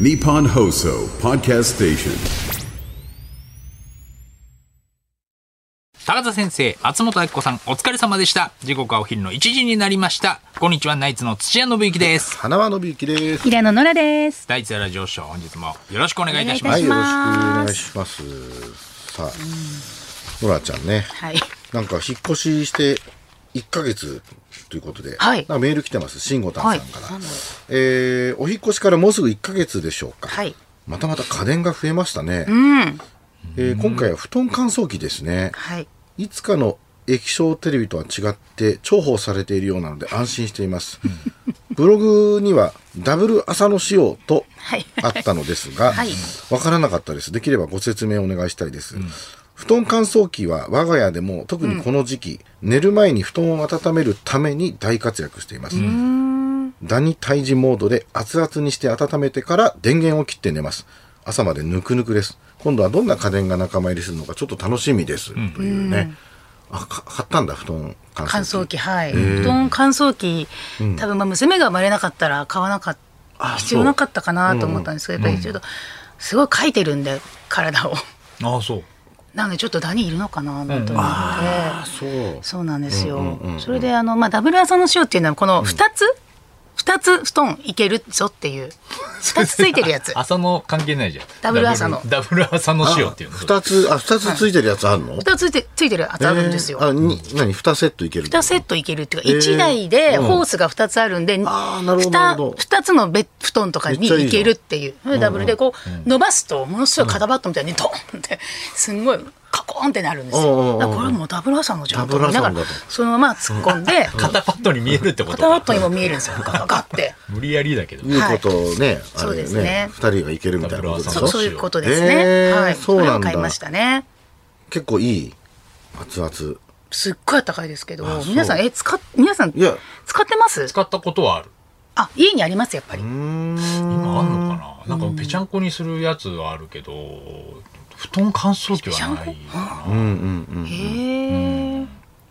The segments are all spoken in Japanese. Nippon Hoso Podcast Station. 高田先生、厚本明子さん、お疲れ様でした。時刻はお昼の1時になりました。こんにちは、ナイツの土屋信之です。花輪信之です。平野ノラです。ナイツやラジオショー、本日もよろしくお願いいたしまおす。はい、よろしくお願願いいします。さあ、ノラちゃんね、はい。なんか引っ越しして1ヶ月ということで、はいなんかメール来てます、慎吾丹さんから。はいえーお引っ越しからもうすぐ1ヶ月でしょうか。はいまたまた家電が増えましたね。うん。えー今回は布団乾燥機ですね。はい。いつかの液晶テレビとは違って重宝されているようなので安心しています。ブログにはダブル朝の仕様とはいあったのですが、わ、はいからなかったです。できればご説明お願いしたいです。布団乾燥機は我が家でも特にこの時期、寝る前に布団を温めるために大活躍しています。ダニ退治モードで熱々にして温めてから電源を切って寝ます。朝までぬくぬくです。今度はどんな家電が仲間入りするのかちょっと楽しみです。というね。あ、か買ったんだ、布団乾燥機。乾燥機、はい。布団乾燥機、多分まあ娘が生まれなかったら買わなかった、あ必要なかったかなと思ったんですけど、やっぱりちょっと、すごい書いてるんで、体を。 ああ、そう。なのでちょっとダニいるのかなと思って。そう。そうなんですよ。それであのまあダブル朝の塩っていうのはこの二つ、二つ布団いけるぞっていう二つついてるや つ。朝の関係ないじゃん。ダブル朝のダブルダブル朝の塩っていうの。二つ、あ、二つついてるやつあるの、二つついてついてるやつあるんですよ。えーあ、に、何二セットいけるの2セットいけるっていうか、えー1台でホースが2つあるんで、あーなるほどなるほど 2, つのベッ布団とかにめっちゃいいいじゃんけるっていうそれでダブルでこう伸ばすとものすごい肩バットみたいにドーンってすんごいカコーンってなるんですうんうんうよんだからこれもうダブル朝のじゃんと思いなダブがルら朝のだとそのまま突っ込んで肩肩パッドに見えるってことバか。ットにも見える んですよガガガって無理やりだけど。いうことをね、あそうれですねね、二人がいけるみたいなことでしダブル朝そのょうそういうことですね、えーはいそうなんだれを買いましたね結構いい。熱々。すっごい高いですけどあそう皆さんえ使っ皆さんいや使ってます使ったことはある。あ家にありますやっぱりうーん。今あんのかななんかぺちゃんこにするやつはあるけど、布団乾燥機はないかうんな。うんうん。へえ。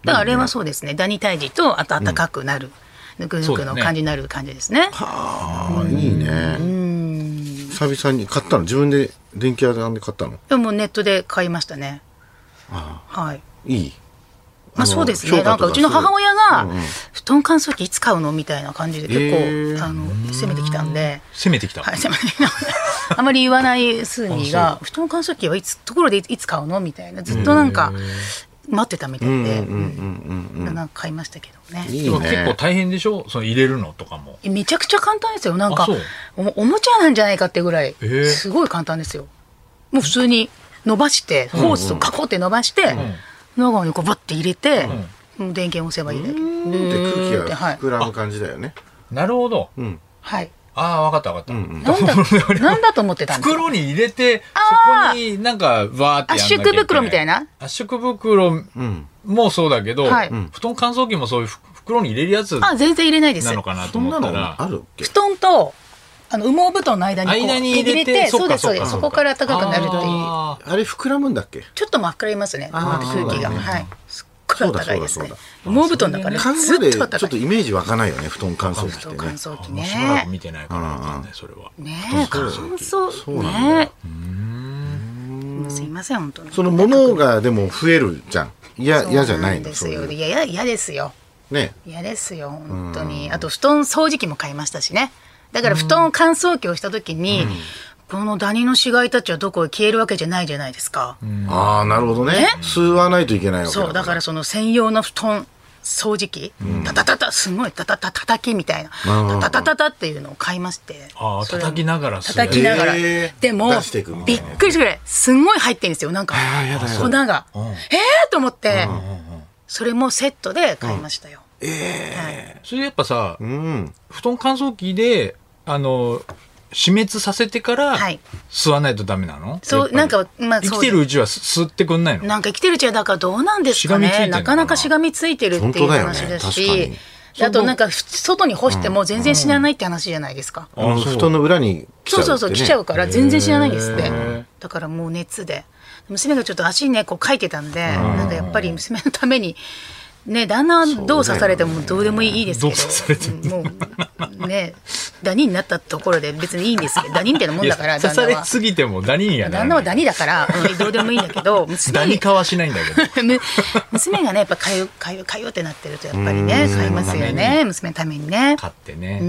だからあれはそうですね。ダニ退治とあと暖かくなる、ぬくぬそうだくよのね感じになる感じですね。ああ、いいね。久々に買ったの自分で電気屋さんで買ったのでもネットで買いましたね。はい。いいまああのそうです評ね。価とかなんかうちのそういう母親が布団乾燥機いつ買うのみたいな感じで結構、へーあの攻めてきたんで。攻めてきた。はい、すいませんあまり言わないスーミーが布団乾燥機はいつところでいいつ買うのみたいなずっとなんか待ってたみたいで、うんなんか買いましたけどね。いでいも結構ね大変でしょその入れるのとかも。めちゃくちゃ簡単ですよなんあかそうおおもちゃなんじゃないかってぐらい、えーすごい簡単ですよもう普通に伸ばしてホースをカコって伸ばして、中にこうバッて入れて、もう電源を押せばいいだけで空気ではがい膨らむ感じだよねなるほど。はいああ、わかったわかった。なんだなんだと思ってたんですか袋に入れて、そあーこになんか、わーってやんなきゃいけない圧縮袋みたいな圧縮袋もそうだけど、はいうん布団乾燥機もそういうふ袋に入れるやつあな全然入れないですのかなとそん思なっのたあら、るっけ布団とあの羽毛布団の間にこう間に入れてそうですそそううかですそうかそこから暖かくなるっていうああれ膨らむんだっけちょっと真っ暗いますねあー空気そうだが、ねはいすっごい暖かいですねそうだ羽毛布団だから感ず想っとで暖かいちょっとイメージ湧かないよね布団乾燥機そっうて乾ね燥ー機もうしばらねく。見てないからわかんない、それは。ねえ、乾そ燥うなんだね。もうすいません本当に。その物がでも増えるじゃん嫌そう嫌じゃないんのでそすうよ。いういやいや嫌ですよ。ね嫌ですよ本当に。あと布団掃除機も買いましたしね。だから布団乾燥機をした時に、このダニの死骸たちはどこへ消えるわけじゃないじゃないですか。ああなるほどねえ吸わないといけないわけそうだからその専用の布団掃除機、タタタタすごいタタタタタきみたいな、うんタタタタタっていうのを買いましてあーそれを叩きながらする叩きながら、へーでも出していくみたびいっなくりするぐらいすんごい入ってるんですよなんかやだやだ粉が、えーと思って、それもセットで買いましたよ、それやっぱさ、うん布団乾燥機で、あの、死滅させてからはい、吸わないとダメなの、そうやっぱりなんかまあそう生きてるうちは吸吸ってくんないのなんか生きてるうちはだからどうなんですかしがねみついてんのかななかなかしがみついてるってい本当う話だよねです確し、かにあとなんかふ外に干しても全然死なないって話じゃないですか、あの布団の裏に来ちゃそううそうそう、ってね来ちゃうから全然知らないんですってへー。だからもう熱で。娘がちょっと足ね、こう書いてたんで、なんかやっぱり娘のために、ね旦那はどう刺されてもどうでもいいですけどどう刺されてもうねダニになったところで別にいいんですけどダニみたいなもんだから刺旦さ那れはすぎてもダニにはなら旦な那いはダニだからうんどうでもいいんだ けど娘ダニ化はしないんだけどむ娘がねやっぱかゆかゆかゆってなってるとやっぱりね買いますよね娘のためにね買ってね、んう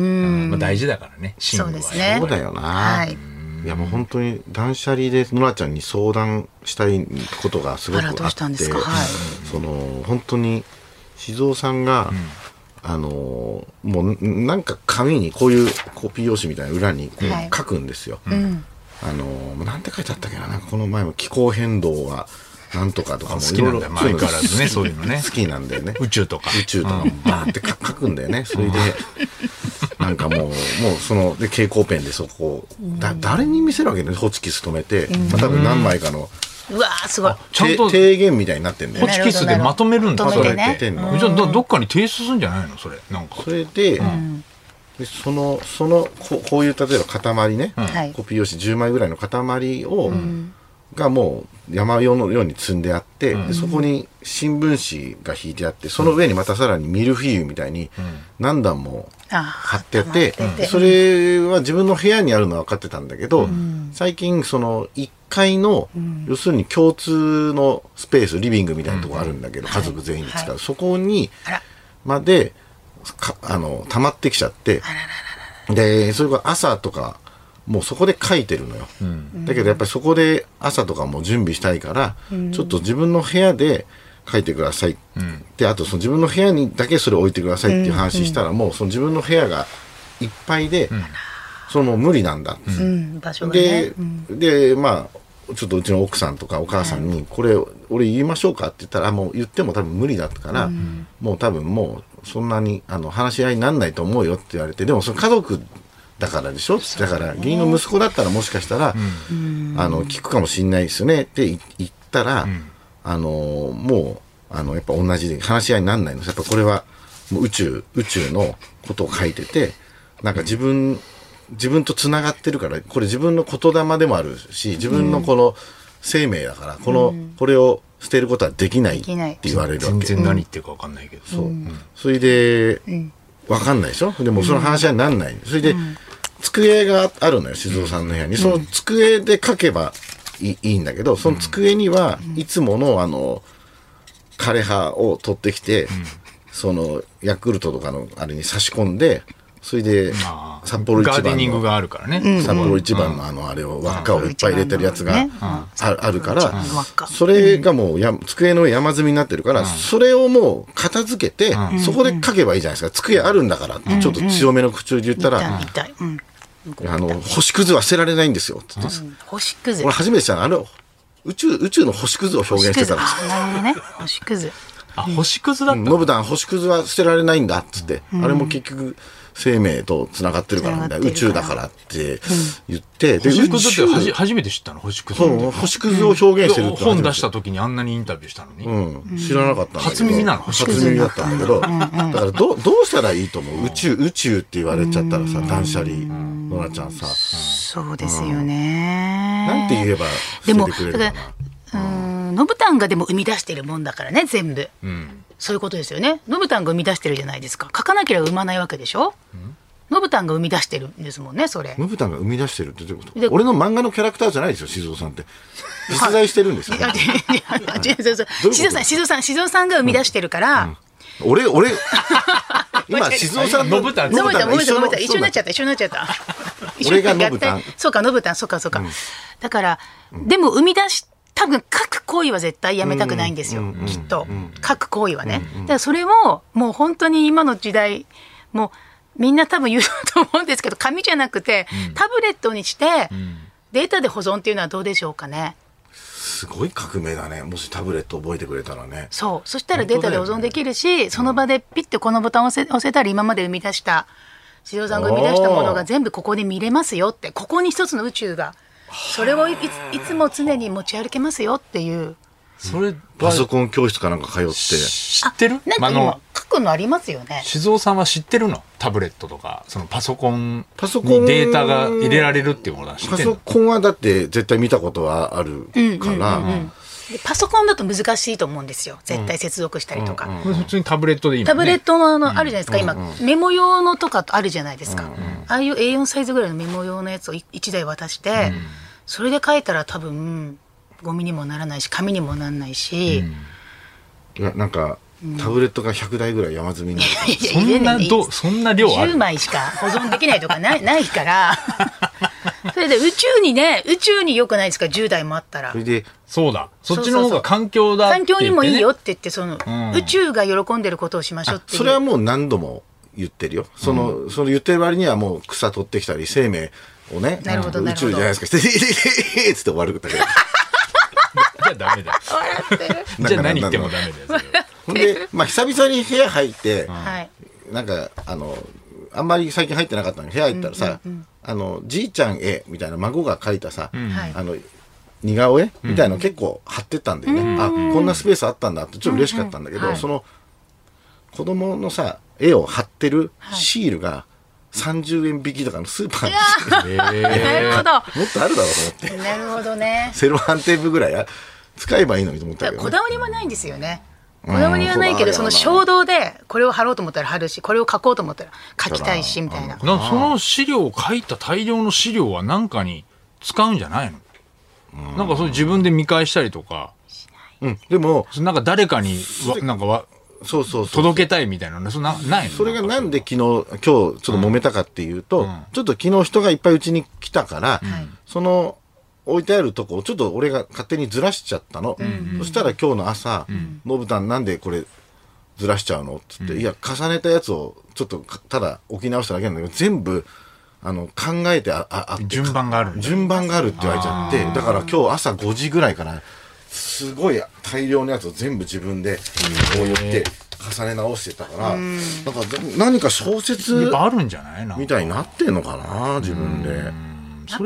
んまあ、大事だからね寝具はそうですねそうだよな、はいい、やもう本当に断捨離でノラちゃんに相談したいことがすごくああっらてどうしたんですかはいその本当に静雄さんが、あのもうんなんか紙にこういうコピー用紙みたいな裏にこはいう書くんですよ、うんあのなんて書いてあったっけななんかこの前も気候変動はなんとかとかあも好きなんだいろいろまあ相変わらずねそういうのね好きなんだよね宇宙とか宇宙とかもバーってか書くんだよね、それでなんかもうもうそので蛍光ペンでそこをだ誰に見せるわけねホチキス止めて、まあ、多分何枚かのうわーすごいちゃんとて提言みたいになってんだよホねチキスでまとめるんだまとめてまねとめてんのじゃあどどっかに提出するんじゃないのそれなんかそれで,、でそのそのここういう例えば塊ね、はいコピー用紙10枚ぐらいの塊を、がもう山用のように積んであって、でそこに新聞紙が引いてあってその上にまたさらにミルフィーユみたいに何段も貼あってあって,、貼っててそれは自分の部屋にあるのは分かってたんだけど、最近その1階の、要するに共通のスペースリビングみたいなとこあるんだけど、うん家族全員で使う、はいそこにあらまでかあの溜まってきちゃってでそれが朝とかもうそこで書いてるのよ、だけどやっぱりそこで朝とかも準備したいから、ちょっと自分の部屋で書いてください、であとその自分の部屋にだけそれ置いてくださいっていう話したら、もうその自分の部屋がいっぱいで、そのもう無理なんだって、うん場所がねで、で、まあ、ちょっとうちの奥さんとかお母さんに、これ、俺言いましょうかって言ったら、あもう言っても多分無理だったから、もう多分もう、そんなに、あの、話し合いになんないと思うよって言われて、でもその家族だからでしょだから、義理の息子だったらもしかしたら、あの、聞くかもしんないですよねってい言ったら、あの、もう、あの、やっぱ同じで話し合いになんないの。やっぱこれは、もう宇宙、宇宙のことを書いてて、なんか自分、自分とつながってるからこれ自分の言霊でもあるし自分のこの生命だから、このこれを捨てることはできないっでてきない言われるわ全け然何言ってるか分かんないけど、そうそれで、わかんないでしょでもその話はなんない、それで、机があるのよ静雄さんの部屋にその机で書けばいいいいんだけどその机にはいつものあの枯葉を取ってきて、そのヤクルトとかのあれに差し込んでそれであー札幌一ガ番のーデニングがあるからね、札幌一番のあのあれを輪っかをいっぱい入れてるやつがねああるかうらん輪っかそれがもうや机の上山積みになってるからそれをもう片付けてそこで書けばいいじゃないですか机あるんだからってちょっと強めの口調で言ったら痛い痛いうん「あの星屑は捨てられないんですよ」って言ってうん星屑俺初めてしたのあの宇宙宇宙の星屑を表現星して屑たんあですよなるほどね星屑あ星屑だった、ノブダン星屑は捨てられないんだっつって、あれも結局生命とつながってるからみたいな宇繋宙だがっかてるかららって言って、で星宇屑ってはじ宙初めて知ったの星屑っそうて星屑を表現してるって初めて本出した時にあんなにインタビューしたのに、うん、知らなかったんだけど初耳なの初耳だったんだけどだからどどうしたらいいと思う宇宙宇宙って言われちゃったらさ断捨離ノラちゃんさそうですよねなんて言えばで教もえてくれだるかからなうんノブタンがでも生み出してるもんだからね全部、んそういうことですよねノブタンが生み出してるじゃないですか書かなければ生まないわけでしょ、ノブタンが生み出してるんですもんねそれムブタンが生み出してるってどういうこでと俺の漫画のキャラクターじゃないですよ静雄さんって実在してるんですよいやいやいや違う違うどういう違ことう静雄さん静雄さん静雄さんが生み出してるから、俺俺 今静雄さんとノブタンノブタン、ノブタン、ノブタン、一緒になっちゃっった、一緒になっちゃ った。俺がノブタン一緒になっちゃったそうか、ノブタン、そうか、そうか。だから、でも生み出し、多分書く行為は絶対やめたくないんですよ、きっと。書く行為はね。だからそれを、もう本当に今の時代、もうみんな多分言うと思うんですけど、紙じゃなくて、タブレットにして、データで保存っていうのはどうでしょうかね。すごい革命だねもしタブレット覚えてくれたらねそう。そしたらデータで保存できるし、その場でピッてこのボタンを押せ押せたら今まで生み出した、静雄さんが生み出したものが全部ここで見れますよって、ここに一つの宇宙が、それをいついつも常に持ち歩けますよっていう。それはパソコン教室かなんか通って知ってるなまんあかあ今の、書くのありますよね。静雄さんは知ってるのタブレットとかそのパソコンパソコンにデータが入れられるっていうものは知っパてるソコンはだって絶対見たことはあるから、でパソコンだと難しいと思うんですよ絶対接続したりとか、これ普通にタブレットでいいもんねタブレットのあのあるじゃないですか、今、メモ用のとかあるじゃないですか、ああいう A4 サイズぐらいのメモ用のやつを1台渡して、それで書いたら多分ゴミにもならないし紙にもならないし、いやなんかタブレットが100台ぐらい山積みになるいやそんな入れいどそんな量ある10枚しか保存できないとかない ない からそれで宇宙にね宇宙に良くないですか10台もあったらそれでそうだそっちそうの方そうそうが環境だって環言って、ね、境にもいいよって言ってその、ん宇宙が喜んでることをしましょうっていうそれはもう何度も言ってるよ。その、その言ってる割にはもう草取ってきたり、生命をね、なるほど宇宙じゃないですか、して、えええええつって終わるんだけど。 じゃあダメだよじゃあ何言ってもダメだよそれはほんで、まあ久々に部屋入って、はいなんか、あの、あんまり最近入ってなかったのに、部屋行ったらさ、あの、じいちゃんへ、みたいな孫が描いたさ、はいあの、似顔絵みたいなの結構貼ってったんだよね。あ、こんなスペースあったんだって、ちょっと嬉しかったんだけど、うんうんはいその、子供のさ、絵を貼ってるシールが、30円引きとかのスーパーに なるほ どもっとあるだろうと思って。なるほどねセロハンテープぐらいや使えばいいのにと思ったけど、こね。だわりはないんですよねこだわりはないけうどんその衝動でこれを貼ろうと思ったら貼るしこれを書こうと思ったら書きたいしみたいななその資料を書いた大量の資料は何かに使うんじゃないのなんかそれ自分で見返したりとかうん。でも、なんか誰かにわなんかわそうそうそう。届けたいみたいなのそんなないのそれがなんで昨日、今日ちょっと揉めたかっていうと、んちょっと昨日人がいっぱいうちに来たから、はいその置いてあるとこをちょっと俺が勝手にずらしちゃったの。そしたら今日の朝、ノブタンなんでこれずらしちゃうのってって、いや、重ねたやつをちょっとかただ置き直しただけなんだけど、全部、あの、考えてあ、あ、あって順番があるんだ順番があるって言われちゃって、だから今日朝5時ぐらいから、すごい大量のやつを全部自分でこう言って重ね直してたから、なんか何か小やっ説ぱあるんじゃないなんかみたいになってんのかな、自分で。なっ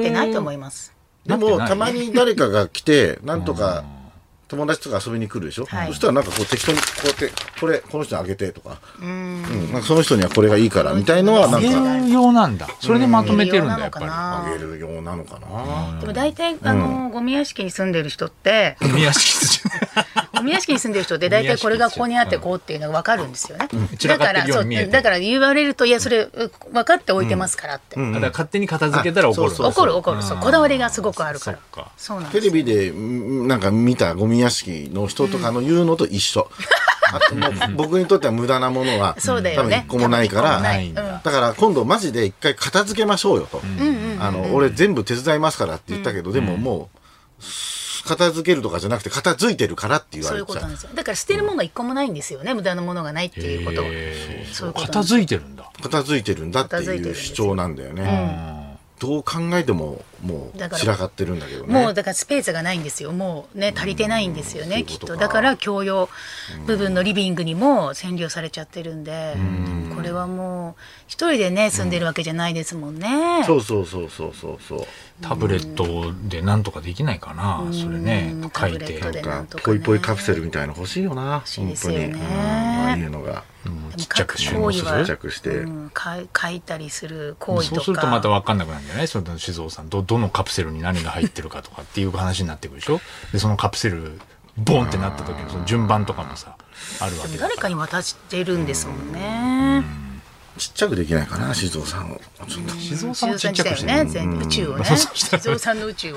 てないと思いますでなっても、ないたまに誰かが来て、なんとか、友達とか遊びに来るでしょ、はいそしたらなんかこう適当にこうやって、これ、この人にあげてとか、うんなんかその人にはこれがいいからみたいのは、なんか、専用なんだそれでまとめてるんだやっうんぱあげるようなのかな。でも大体あのゴミ屋敷に住んでる人ってり宮敷筋ゴミ屋敷に住んでる人って大体これがここにあってこうっていうのが分かるんですよね散らだかかってらるよそううに見えてだから言われるといやそれう分かっておいてますからってだから勝手に片付けたら怒るあそうそう怒る怒るそうこだわりがすごくあるからそっかそうなんテレですビでんなんか見たゴミ屋敷の人とかの言うのと一 緒。あともう僕にとっては無駄なものはそうだよ多ね分一個もないか多分一個らもないんだだから今度マジで一回片付けましょうよと、あの俺全部手伝いますからって言ったけど、でももう片付けるとかじゃなくて片付いてるからって言わそういれうちことゃなんうですよだから捨てるものが一個もないんですよね無駄なものがないっていうことはへーそういうことな片んです付いてるんだ片付いてるんだって片付いているんうです主よ張なんだよね、どう考えてももだうから散らかってるんだけどねもうだからスペースがないんですよ、もうね、足りてないんですよね、きっと、だから共用部分のリビングにも占領されちゃってるんで、これはもう、一人でね、住んでるわけじゃないですもんね。そうそうそうそうそうそうタブレットでなんとかできないかなそれねうん書いタブレてットでななんんかとかねぽいぽいカプセルみたいなの欲しいよなしい本です当よに、ねうんああいうのがちっちゃく収行納為すはるちっちゃくしてうんか書いたりする行為そとかうするとまた分かんなくなるんじゃないその静雄さんどどのカプセルに何が入ってるかとかっていう話になってくるでしょでそのカプセルボンってなった時のその順番とかもさあるわけだ誰かに渡してるんですもんね。ちっちゃくできないかな静雄さんをちょっと静雄さん修をちさっんちゃ自体くをしてね、ね全宇宙をね、 そうそうしたら静雄さんの宇宙を。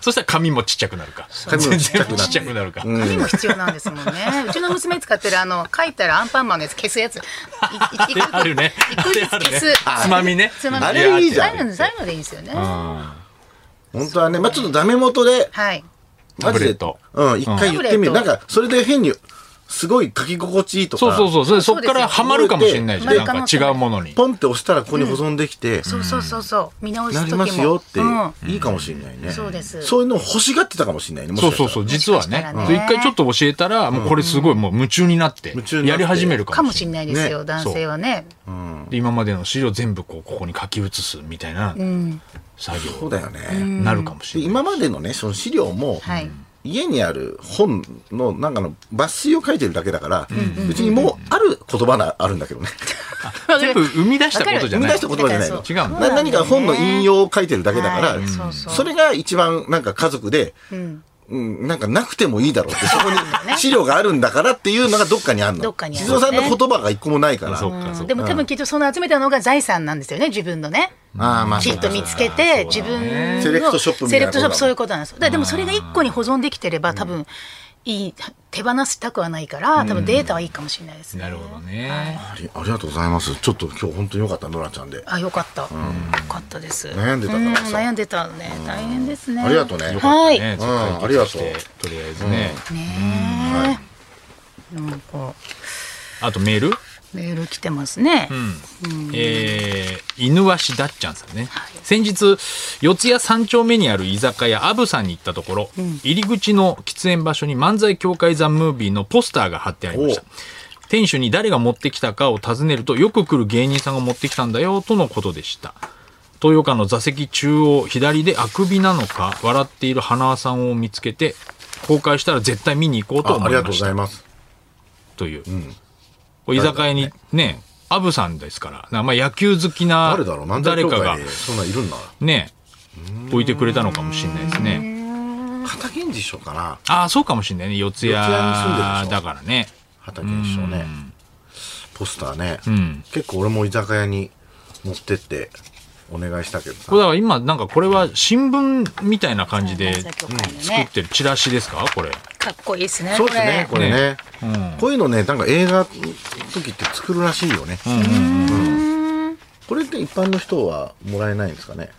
そしたら紙もちっちゃくなるか紙も全然ちっちゃくなるちっ ちゃくなるか紙も必要なんですもんね。うちの娘使ってるあの書いたらアンパンマンのやつ消すやつ。いいいくあるね一個ずつあるね消すあつまみねつまみあれいいじゃんああいうのああいうのでいいんですよね。は本当はね、まあ、ちょっとダメ元で、い。マジでタブレットうん、一回言ってみる。うんなんか、それで変に、すごい書き心地いいとか、そうそうそうそれそそうっですよからハマるかもしれないじゃんでなんか違うものにポンって押したらここに保存できて、そうそうそうそう見直すな時りも。ますよって、うんいいかもしれないね。そうですそういうのを欲しがってたかもしれないね。もしそかうしたそらうそう実はもしかねしたらねで一回ちょっと教えたらもうこれすごいもう夢中になって夢中になやってり始めるかかももししれれないないですよ、ね男性はね。で今までの資料全部こうここに書き写すみたいな作そ業うだよね。になるかもしれでない今までのね、その資料も、はい家にある本 の、なんかの抜粋を書いてるだけだから、別にもうある言葉な、あるんだけどね。全部生み出したことじゃ生みない出した言葉じゃないの。違うのな何か本の引用を書いてるだけだから、はいそうそうそれが一番なんか家族で、うん、なんかなくてもいいだろうって、そこに資料があるんだからっていうのがどっかにあるの。どっかにある静雄さんの言葉が一個もないから。そうかそうかでも多分きっとその集めたのが財産なんですよね自分のねああ、まあ、きそうっかと見つけて自分のセレクトショップみたいなセレクトショップそういうことなんですだからでもそれが一個に保存できてれば多分いい手放したくはないから多分データはいいかもしれないですねなるほどねありありがとうございます。ちょっと今日本当によかった、ノラちゃんで。あよかったよかったです悩んでたからさう悩んでたのね大変ですねありがとうね。かったはいねうん解決してありがとりあえずねねえなんかあとメールメール来てますねえー、犬鷲だっちゃんさんね、先日四谷三丁目にある居酒屋アブさんに行ったところ、入り口の喫煙場所に漫才協会ザ・ムービーのポスターが貼ってありましたお店主に誰が持ってきたかを尋ねるとよく来る芸人さんが持ってきたんだよとのことでした東洋館の座席中央左であくびなのか笑っている花輪さんを見つけて公開したら絶対見に行こうとああ思いりがとうまごしざたいます。という、これ居酒屋にねアブさんですからなまあ野球好きな誰だろうなん誰かがでそんなんいるんだ。ね置いてくれたのかもしれないですね畑源氏師匠かなああそうかもしれないね四谷四谷に住んでるでしょだからね畑源氏師匠ね。ポスターね、ん結構俺も居酒屋に持ってってお願いしたけどこさ。れだから今なんかこれは新聞みたいな感じで漫才協会の作っねてるチラシですかこれかっこいいですねそうですね、ここれね。ねこういうのね、なんか映画の時って作るらしいよね。うんこれって一般の人はもらえないんですかね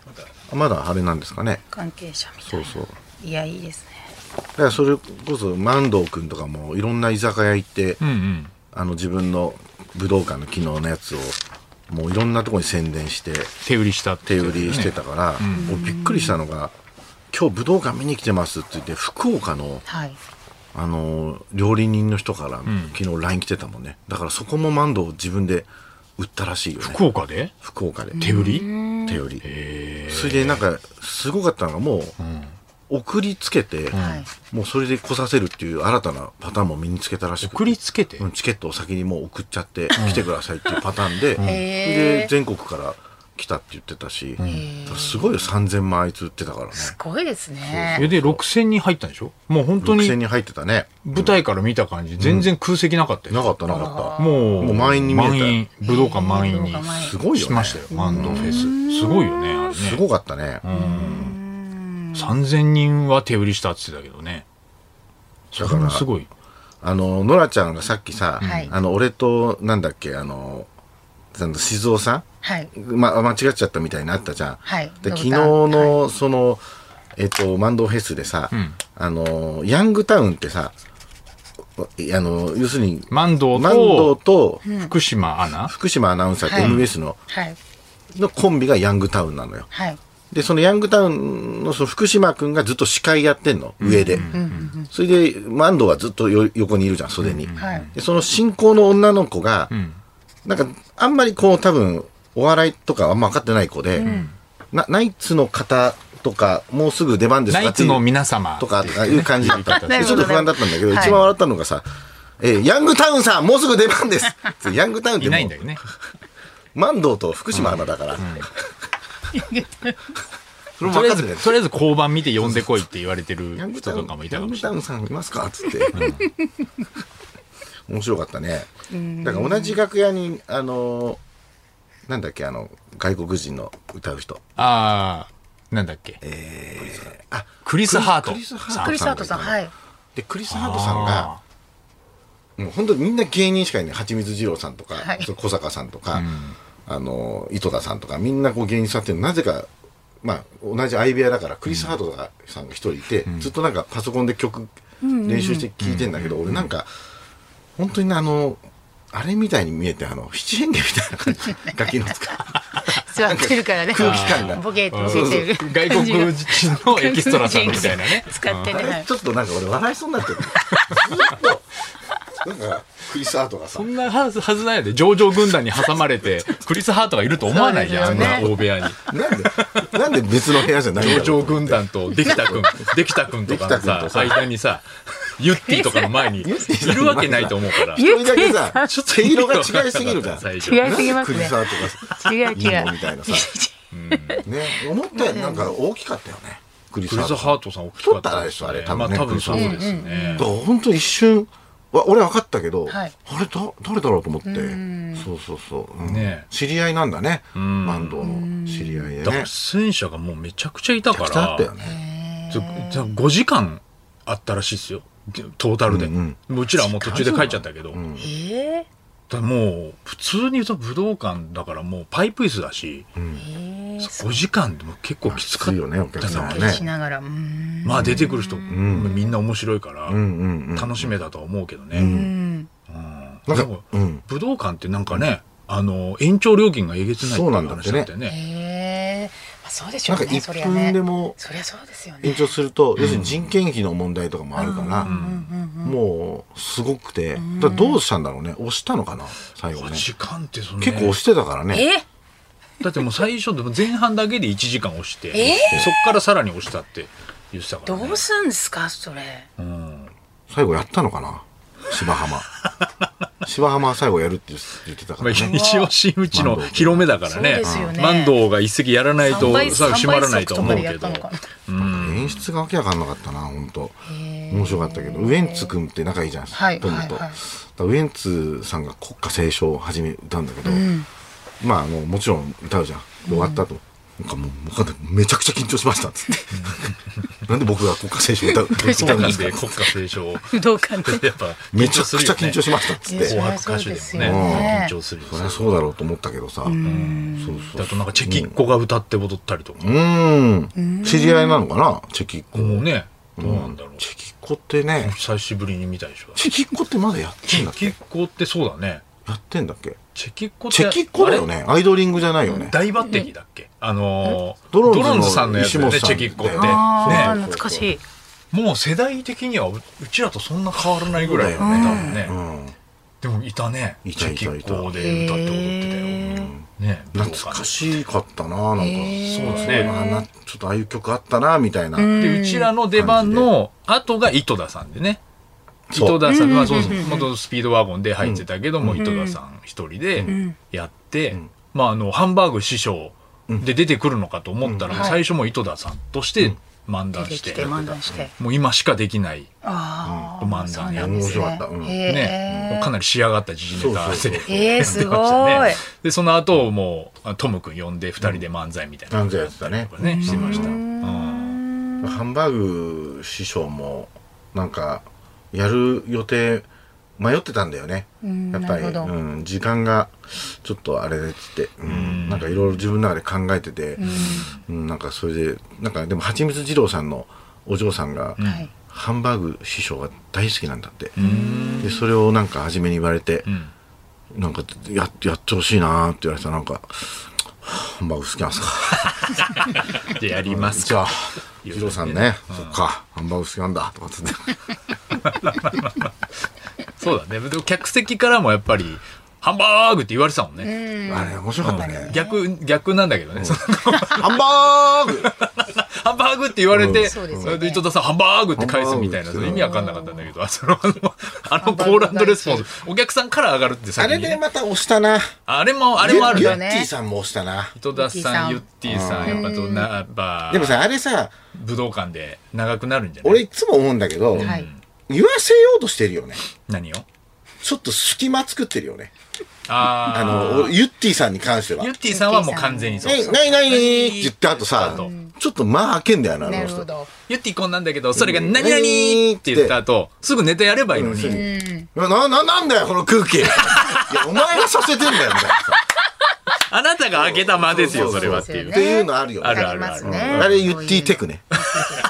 あまだあれなんですかねれ関係者みたそいうそう。ないやいいですねだからそれこそ万堂君とかもいろんな居酒屋行って、うんうんあの自分の武道館の機能のやつをもういろんなとこに宣伝して手売りしたって手言っ売てるねりしてたから、俺びっくりしたのが「今日武道館見に来てます」って言って福岡の、はいあのー料理人の人から昨日 LINE 来てたもんねだからそこも万堂を自分で売ったらしいよね福岡で福岡で手売り手売りそれでなんかすごかったのがもう送りつけて、はいもうそれで来させるっていう新たなパターンも身につけたらしくて送りつけてうんチケットを先にもう送っちゃって来てくださいっていうパターンで、それで全国から来たって言ってたし、すごいよ3000枚あいつ売ってたからねすごいですねそれで6000人入ったんでしょもう本当6000にに入ってたね舞台から見た感じ全然空席なかったよなかったなかっもうもう満員に見えた満員武道館満員に武道館満た員すごいよ、しね、ましたよ万能フェスすごいよねあれねすごかったね、 3000人は手売りしたって言ってたけどねそれもすごいあのノラちゃんがさっきさ、はいあの俺となんだっけあのあの静雄さんはいまあ、間違っちゃったみたいになったじゃん。はいでど昨うぞ日の、その、えっと、マンドーフェスでさ、あの、ヤングタウンってさ、あの、要するに、万堂マンドーとと福島アナ福島アナウンサーとはい MBS の、はいのコンビがヤングタウンなのよ。はいで、そのヤングタウンのその福島くんがずっと司会やってんの、上で。それで、マンドーはずっとよ横にいるじゃん、袖に。はいでその進行の女の子が、なんかあんまりこう多分お笑いとかあんま分かってない子で、なナイツの方とかもうすぐ出番ですナかイってツいうの皆様とかとかいう感じで言い方なるちほょっどと不安だったんだけど、はい一番笑ったのがさ「えーヤングタウンさんもうすぐ出番です」ってヤングタウンっていもうないんだよねマンドーと福島アナだから、とりあえずそれも分かってるとりあえず交番見て呼んでこいって言われてるヤング人タウとンかもいヤたかンもグしタれウないンさんいますかっつって、面白かったねだから同じ楽屋にあのーなんだっけあの外国人の歌う人ああなんだっけクリス・ハートクリスハートさんクリスハートさんはいでクリス・ハートさんあがもう本当にみんな芸人しかいないはちみつ二郎さんとか、はいそれ小坂さんとか、あのー井戸田さんとかみんなこう芸人さんっていうのなぜかまあ同じ相部屋だからクリス・ハートさんが一人いて、ずっとなんかパソコンで曲練習して聴いてんだけど、俺なんか本当にねあのあれみたいに見えてあの七変化みたいな 感じガキの使い座ってるからね空気感がボケーっうんと出てる外国人のエキストラさんみたいなね使ってねあはれいちょっとなんか俺笑いそうに なってるずっとなんかクリス・ハートがさそんなはずはずないよね上場軍団に挟まれ てクリス・ハートがいると思わないじゃんあそんうですよねな大部屋 になんで、なんで別の部屋じゃないんだ上ろう場軍団とできたくん、できたくんとかのできたくんさと、さ間にさ、ユッティとかの 前にいるわけないと思うから。ゆ一う人だけきさ、ちょっと毛色が違いすぎるじ ゃん。最初違いすぎます栗ね。沢とかさ、違う違いう。いのみたいなさ。ね、思ったよりなんか大きかったよね。栗クリ沢ス・とハか。ートさん大きかった太ったでしょあれま多あ分ね多分そうですね。本当一瞬、わ俺分かったけど、はいあれだ誰だろうと思って。そうそうそう。うんね知り合いなんだね。バンドの知り合いでね脱。線者がもうめちゃくちゃいたか来たあらった、よね。ちょじゃあ5時間あったらしいですよ。トータルで。うんうちらはもう途中で帰っちゃったけど。えだからもう普通に言うと武道館だからもうパイプ椅子だし、5時間でも結構きつかったきついよねお客さんはえねしながら、うーん。まあ出てくる人、みんな面白いから、うんうんうん。楽しめたとは思うけどね、うんなんでかも、うん武道館ってなんかねあの延長料金がえげつないっていそううなんだって話ねだったよねへえまあそうでしょなんうかね。そり1ゃね分でもそりゃそうですよね。延長すると、要するに人件費の問題とかもあるから、もうすごくて、だからどうしたんだろうね押したのかな最後5ね時間ってその、ね、結構押してたからねえだってもう最初でも前半だけで1時間押して、そっからさらに押したって言ってたから、どね、うすんすかそれ。最後やったのかな芝浜芝浜は最後やるって言ってたかまあ、らね一応新内の広めだからそうねですよねマンドウが一席やらないと三倍さ閉まらないと思う三倍け速とどかでやったのか演出がわけわかんなかったな本当面白かったけどウエンツ君って仲いいじゃないですか、はいトムと、はいだはいからウエンツさんが国歌斉唱を始め歌うんだけど、まああのもちろん歌うじゃんで終わった後、なんかもうもうめちゃくちゃ緊張しましたっつってなんで僕が国歌斉唱歌う歌うんなんですでか国歌斉 唱な。どうかね。やっぱめちゃくちゃ緊張しまましたっつっ緊張てすそるり紅白歌手でゃよねもうんね緊張するよねそうだろうと思ったけどさそうそうあとなんかチェキっ子が歌って踊ったりとか、うん知り合いなのかなチェキっ子もうねどうなんだろう、チェキっ子ってね久しぶりに見たでしょチェキっ子ってまだやってチんだェっけキっ子ってそうだねやってんだっけチェキっ子ってチェキっ子だよねアイドリングじゃないよあれね大抜擢だっけあのー、ドドローンズのローンズさんのやつだよね石本さチんェキっ子ってだよああね懐かしい。もう世代的にはううちらとそんな変わらないぐらいだよね多分ね、でもいたねいチたェいたキいたっ子で歌って踊ってたよ、ね懐かしかったななんかそうすすねねちょっとああいう曲あったなみたいなでうちらの出番の後が井戸田さんでね井そう戸田さんはそうそう元スピードワゴンで入ってたけども、井戸田さん一人でやって、まあ、あのハンバーグ師匠で出てくるのかと思ったら、もう最初も井戸田さんとして漫出談てしてきて漫談して。もう今しかできないああ。漫談やって面白かったうんへね、かなり仕上がった時事ネタでそうそ うそえー、すごい。でその後もうあトム君呼んで2人で漫才みたいな漫才やってたねとかねしてました。うんハンバーグ師匠もなんかやる予定迷ってたんだよねやっぱり、なるほどうん、時間がちょっとあれでっつって、うん、なんかいろいろ自分の中で考えてて、うん、なんかそれでなんかでもちみつ二郎さんのお嬢さんが、はいハンバーグ師匠が大好きなんだってでそれをなんか初めに言われて、なんかややってほしいなーって言われたらなんか「ハンバーグ好きなんですか?」でやりますじゃあ 二郎さんね、そっかハンバーグ好きなんだとかつってそうだね。でも客席からもやっぱり、ハンバーグって言われてたもんね。あれ面白かったね。逆、逆なんだけどね。その ハンバーグハンバーグって言われて、そうですよねで伊藤田さん、ハンバーグって返すみたいな、ハンバーグってその意味わかんなかったんだけど、あその、あの、あのコールアンドレスポンス、お客さんから上がるってあ先れにでね。また押したな。あれも、あれもあるユよね。ねッティさんも押したな。伊藤田さん、ユッティさん、やっぱどんな、やっぱで、もさ、あれさ、武道館で長くなるんじゃない俺いつも思うんだけど、はい。言わせようとしてるよね。何をちょっと隙間作ってるよね。ああの、ユッティさんに関しては。あ、ユねッティさんはもう完全にそう。ないないって言った後さう、ちょっと間開けんだよな、あなのる人ほ。ど。ユッティこんなんだけど、それが何々って言った後、すぐネタやればいいのに。な、な、なんだよ、この空 気。いや、お前がさせてんだよ、みたいなさ。あなたが開けた間ですよ、そそうそうれそうはっていっう。ていうのあるよね。あるあありるまあする。ね。あれ、ユッティテクね。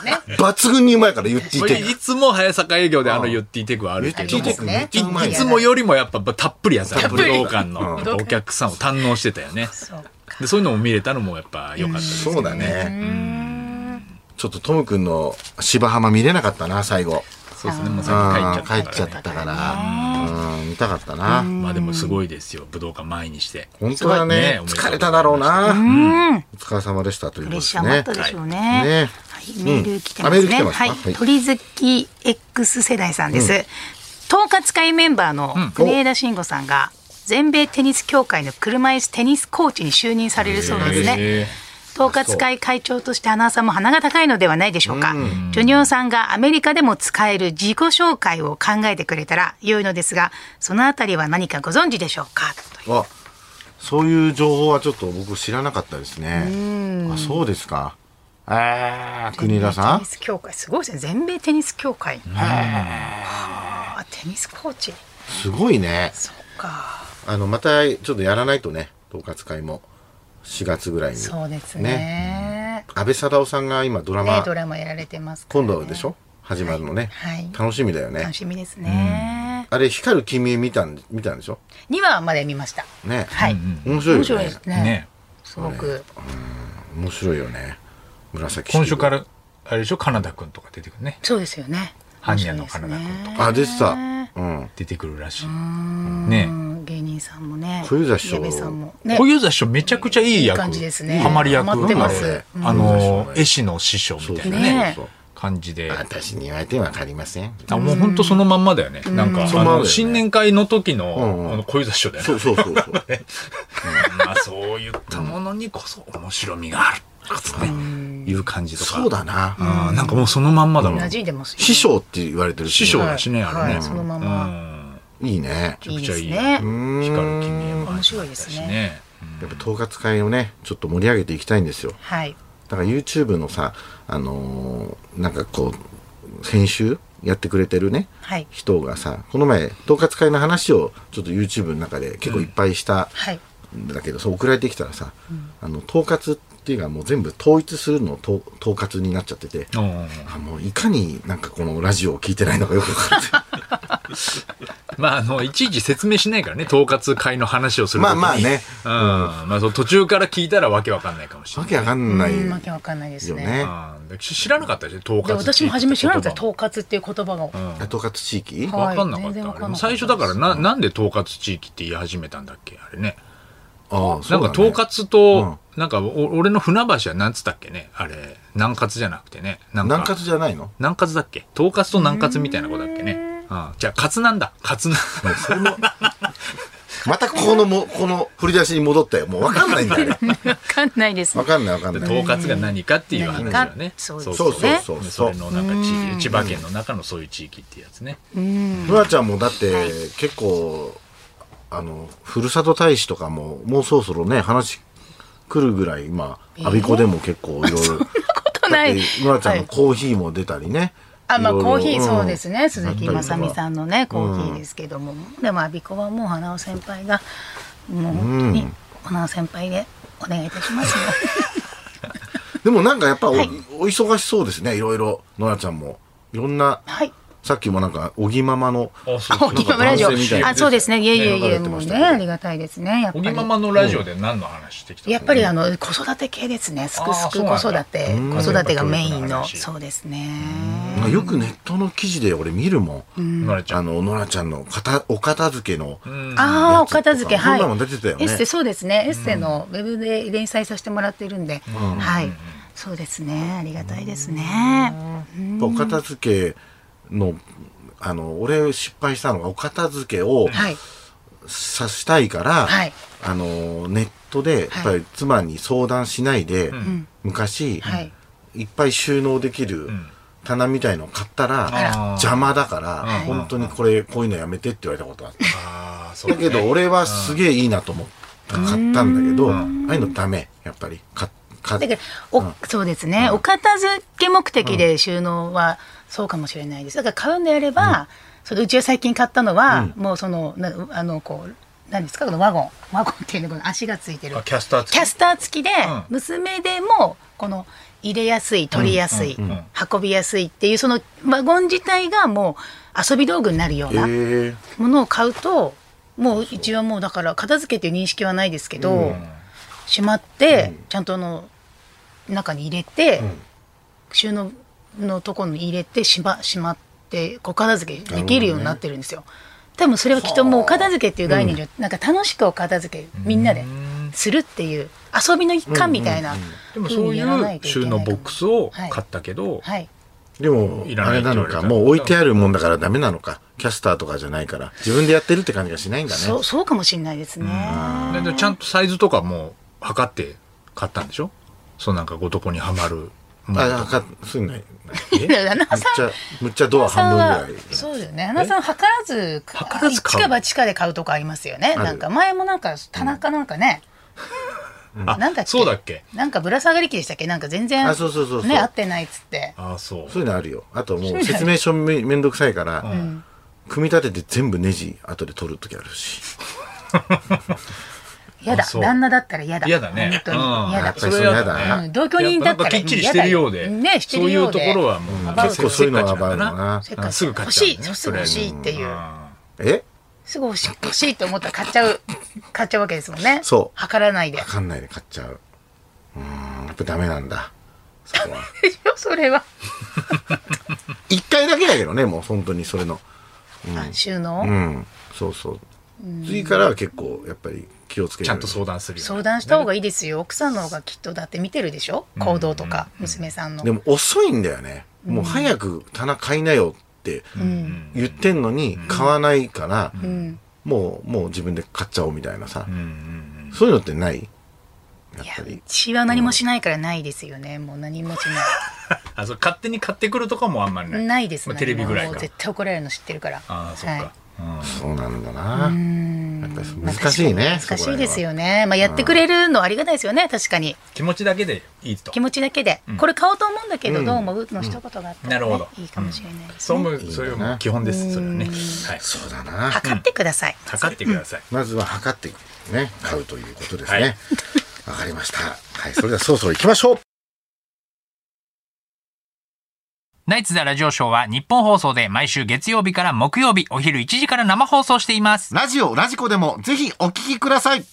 ね。抜群にうまいから、ユッティテク。いつも早坂営業であの言っていテクはあるけども、言っていいテクねいいつもよりもやっぱたっぷりやったねた武っぷり道館のうんお客さんを堪能してたよね。そう。でそういうのも見れたのもやっぱ良かったですそうだね。ちょっとトム君の芝浜見れなかったな、最後。そうですね、もうあさっあき帰帰っっちちゃゃったからね。ったから。うん見たかったな。まあでもすごいですよ、武道館前にして。本当だね。すごいね疲れただろうな。うんお疲れ様でしたということでプレッシャすーもあっねた。でしょうね。ね。い、メール来てますあメール来ね。てますかはい、はい鳥好き X 世代さんです。統括会メンバーの国枝慎吾さんが全米テニス協会の車椅子テニスコーチに就任されるそうですね。え統括会会長として花さんも鼻が高いのではないでしょうか。ジョニオさんがアメリカでも使える自己紹介を考えてくれたら良いのですが、そのあたりは何かご存知でしょうかというあそういう情報はちょっと僕知らなかったですねあそうですかえー、国枝さテんニス協会、すごいですね。全米テニス協会。はあテニスコーチ。すごいねそっか。あのまたちょっとやらないとね統括会も4月ぐらいにそうですね。安倍貞夫さんが今ドラマ、ね、ドラマやられてますから今ね、度でしょ始まるのね、はい楽しみだよね楽しみですね。あれ光る君見たん見たんでしょ二、話まで見ました。ね、はい。面白い面よ白いねですね。ーねすごく。面白いよね紫式部今週からあれでしょカナダくんとか出てくるねそうですよね。般若の体君とあ出てた、うん、出てくるらしいねね。うん芸人さんもね。小遊三師匠矢部さんもね小。遊三師匠めちゃくちゃいい役いい感じですねハマり役ハマってますあれうんあの絵師の師匠みたいなねね感じで私に言われてわかりませんあもう本当そのまんまだよね。なんか、そのあまんまだよのね新年会の時うんうのんあの小遊三師匠だよね。そうそうそうそううん まあそういったものにこそ面白みがあるとかねいう感じとか。そうだな、うん。なんかもうそのまんまだもん馴。染んでますよね。師匠って言われてる師し匠だしね、はいあれはいね。そのまうま。ん。いいねめちゃくちゃいい。いいですねうん光る君へも面白いですねやっぱ統括会をねちょっと盛り上げていきたいんですよはい。だから YouTube のさあのーなんかこう編集やってくれてるねはい。人がさこの前統括会の話をちょっと YouTube の中で結構いっぱいしたはい。んだけど、そう送られてきたらさ、あの統括っていうのはもう全部統一するのを統統括になっちゃってて、うんあもういかになんかこのラジオを聞いてないのかよく分かって まあ、あの、いちいち説明しないからね、統括会の話をするときに。まあまあねうん。まあ、そう途中から聞いたらわけわかんないかもしれわない。けわかんないうんよわけわかんないですね。ね。うんで知らなかったでしょ、統括で私も初め知らなかった括。統括っていう言葉が。あ統括地域はわかんなかはい全っ然わかた。んなかった最初だからな、なんで統括地域って言い始めたんだっけあれね。ああなそんうだかね統括と、なんかお俺の船橋はなんつったっけねあれ、南葛じゃなくてね。なんか南葛じゃないの南葛だっけ統括と南葛みたいな子だっけね。うんじゃあ、カツなんだ。カツなん またここのもこの振り出しに戻ったよもうわかんないんだ よわかんないですわね。かんないわかんない統括が何かっていう話だよね。何かそうそうですねそうそそうれのなんか地域、千葉県の中のそういう地域ってやつね。ふわちゃんもだって結構あのふるさと大使とかももうそろそろね話来るぐらい今我孫子でも結構いろいろ ことない。ふわちゃんはのいコーヒーも出たりねあ、まあいろいろコーヒーそうでうすんね。鈴あ木ったりとまかさみさんのねコーヒーですけども、でもアビコはもう花尾先輩がもう本当に花尾先輩でお願いいたしますよ。 でもなんかやっぱお,、はいお忙しそうですねいろいろノラちゃんもいろんなはい。さっきもなんかおぎママのあ、そう小木ママラジオなんか男性みたい。なあ、そうですね。いえいえい流えれてもまうしねたけどありがたいですね。やっぱ小り。木ママのラジオで何の話してきたのやっぱりあの子育て系ですね。すくすくあ子ーそうな育んて、子育てがメインやっぱの教育の話そうですね。なんかよくネットの記事で俺見るもん、ノラちゃあん。のノラちゃんの片お片付けの、ああ、お片付け、そんはい。なの出てたよねエッセ、そうですね。エッセのウェブで連載させてもらってるんで、はい。そうですね。ありがたいですね。やっぱお片付けのあの俺失敗したのがお片付けをはい。さしたいから、はいあのネットでやっぱり妻に相談しないで、昔、はいい、っぱい収納できる棚みたいのを買ったらら邪魔だから、本当にこれこういうのやめてって言われたことあった。ああ、そうだだけど俺はすげえいいなと思った買ったんだけど、あんあいうのダメやっぱり買買だけど、お、そうですね。お片付け目的で収納はそうかもしれないです。だから買うんであれば、それうちは最近買ったのは、もうその、なあの、こう、何ですかこのワゴン。ワゴンっていうのこの足がついてるあ。キャスター付きキャスター付きで、ん娘でもこの入れやすい取りやすい、運びやすいっていうそのワゴン自体がもう遊び道具になるようえなーものを買うと、もう一応もうだから片付けっていう認識はないですけど、しまって、ちゃんとあの中に入れて、収納のところに入れてしましまってこう片付けできるようになってるんですよ。多分それはきっともうお片付けっていう概念で、なんか楽しくお片付けみんなでするっていう遊びの一環みたいな、でもそういう収納ボックスを買ったけど、はいでもい、らあないれってな言のわれたか、もう置いてあるもんだからダメなのか、キャスターとかじゃないから、自分でやってるって感じがしないんだね。そうそうかもしれないです ね、だけどちゃんとサイズとかも測って買ったんでしょそうなんかごとこにはまるものとあ、か、すんない。い や花むっさんちゃ、むっちゃドア花半さん分はぐらい。そうだよね花さん図らず図らず買う近場地下で買うとこありますよねるなんか前もなんか田中なんかね、あなんだっけそうだっけなんかぶら下がり機でしたっけなんか全然あそうそうそうそうね合ってないっつってああそうそういうのあるよ。あともう説明書めめんどくさいから、組み立てて全部ネジ後で取るときあるし。嫌だあそう旦那だったら嫌だ嫌だね本当にうん嫌やだっぱりそうやだそれやだな。うん同居人だやぱなったんらかきっちりしてるようで、ねしてるようそでういうところはもう、ん結構そういうのはバウだなせっ。かあちすぐ買っちゃう、ね、欲しいすぐ欲しいっていうえすぐ欲しい欲しいと思ったら買っちゃう買っちゃうわけですもんねそう測らないで わかんないで買っちゃう。うーん、やっぱダメなんだ。そこは。でしょそれは、一回だけだけどね、もう本当にそれの。あ収納、うん。そうそう。次からは結構、やっぱり気をつけちてゃんと相談するよ、ね、相談した方がいいですよ奥さんの方がきっとだって見てるでしょ行動とか、娘さんのでも遅いんだよね。もう早く棚買いなよって言ってんのに買わないから、もう、もう自分で買っちゃおうみたいなさ。そういうのってないやっいやぱうり。ちは何もしないからないですよねもう何もしなあそう勝手に買ってくるとかもあんまりない いないですまあテレビぐらいもうか絶対怒られるの知ってるからああそっか、はいそうなんだな。やっぱ難しいまあね。確かに難しいですよ。よねまあやってくれるのはありがたいですよね確かに気持ちだけでいいと気持ちだけで、これ買おうと思うんだけどどう思うの一言があったならるね、ほどいいかもしれないですそうね、思うそういうのも基本ですそれはねはいそうだな。測ってください、測ってください、まずは測ってね、買うということですはいね。わ、かりました。はい、それではそろそろ行きましょう。ナイツザラジオショーは日本放送で毎週月曜日から木曜日お昼1時から生放送しています。ラジオ、ラジコでもぜひお聞きください。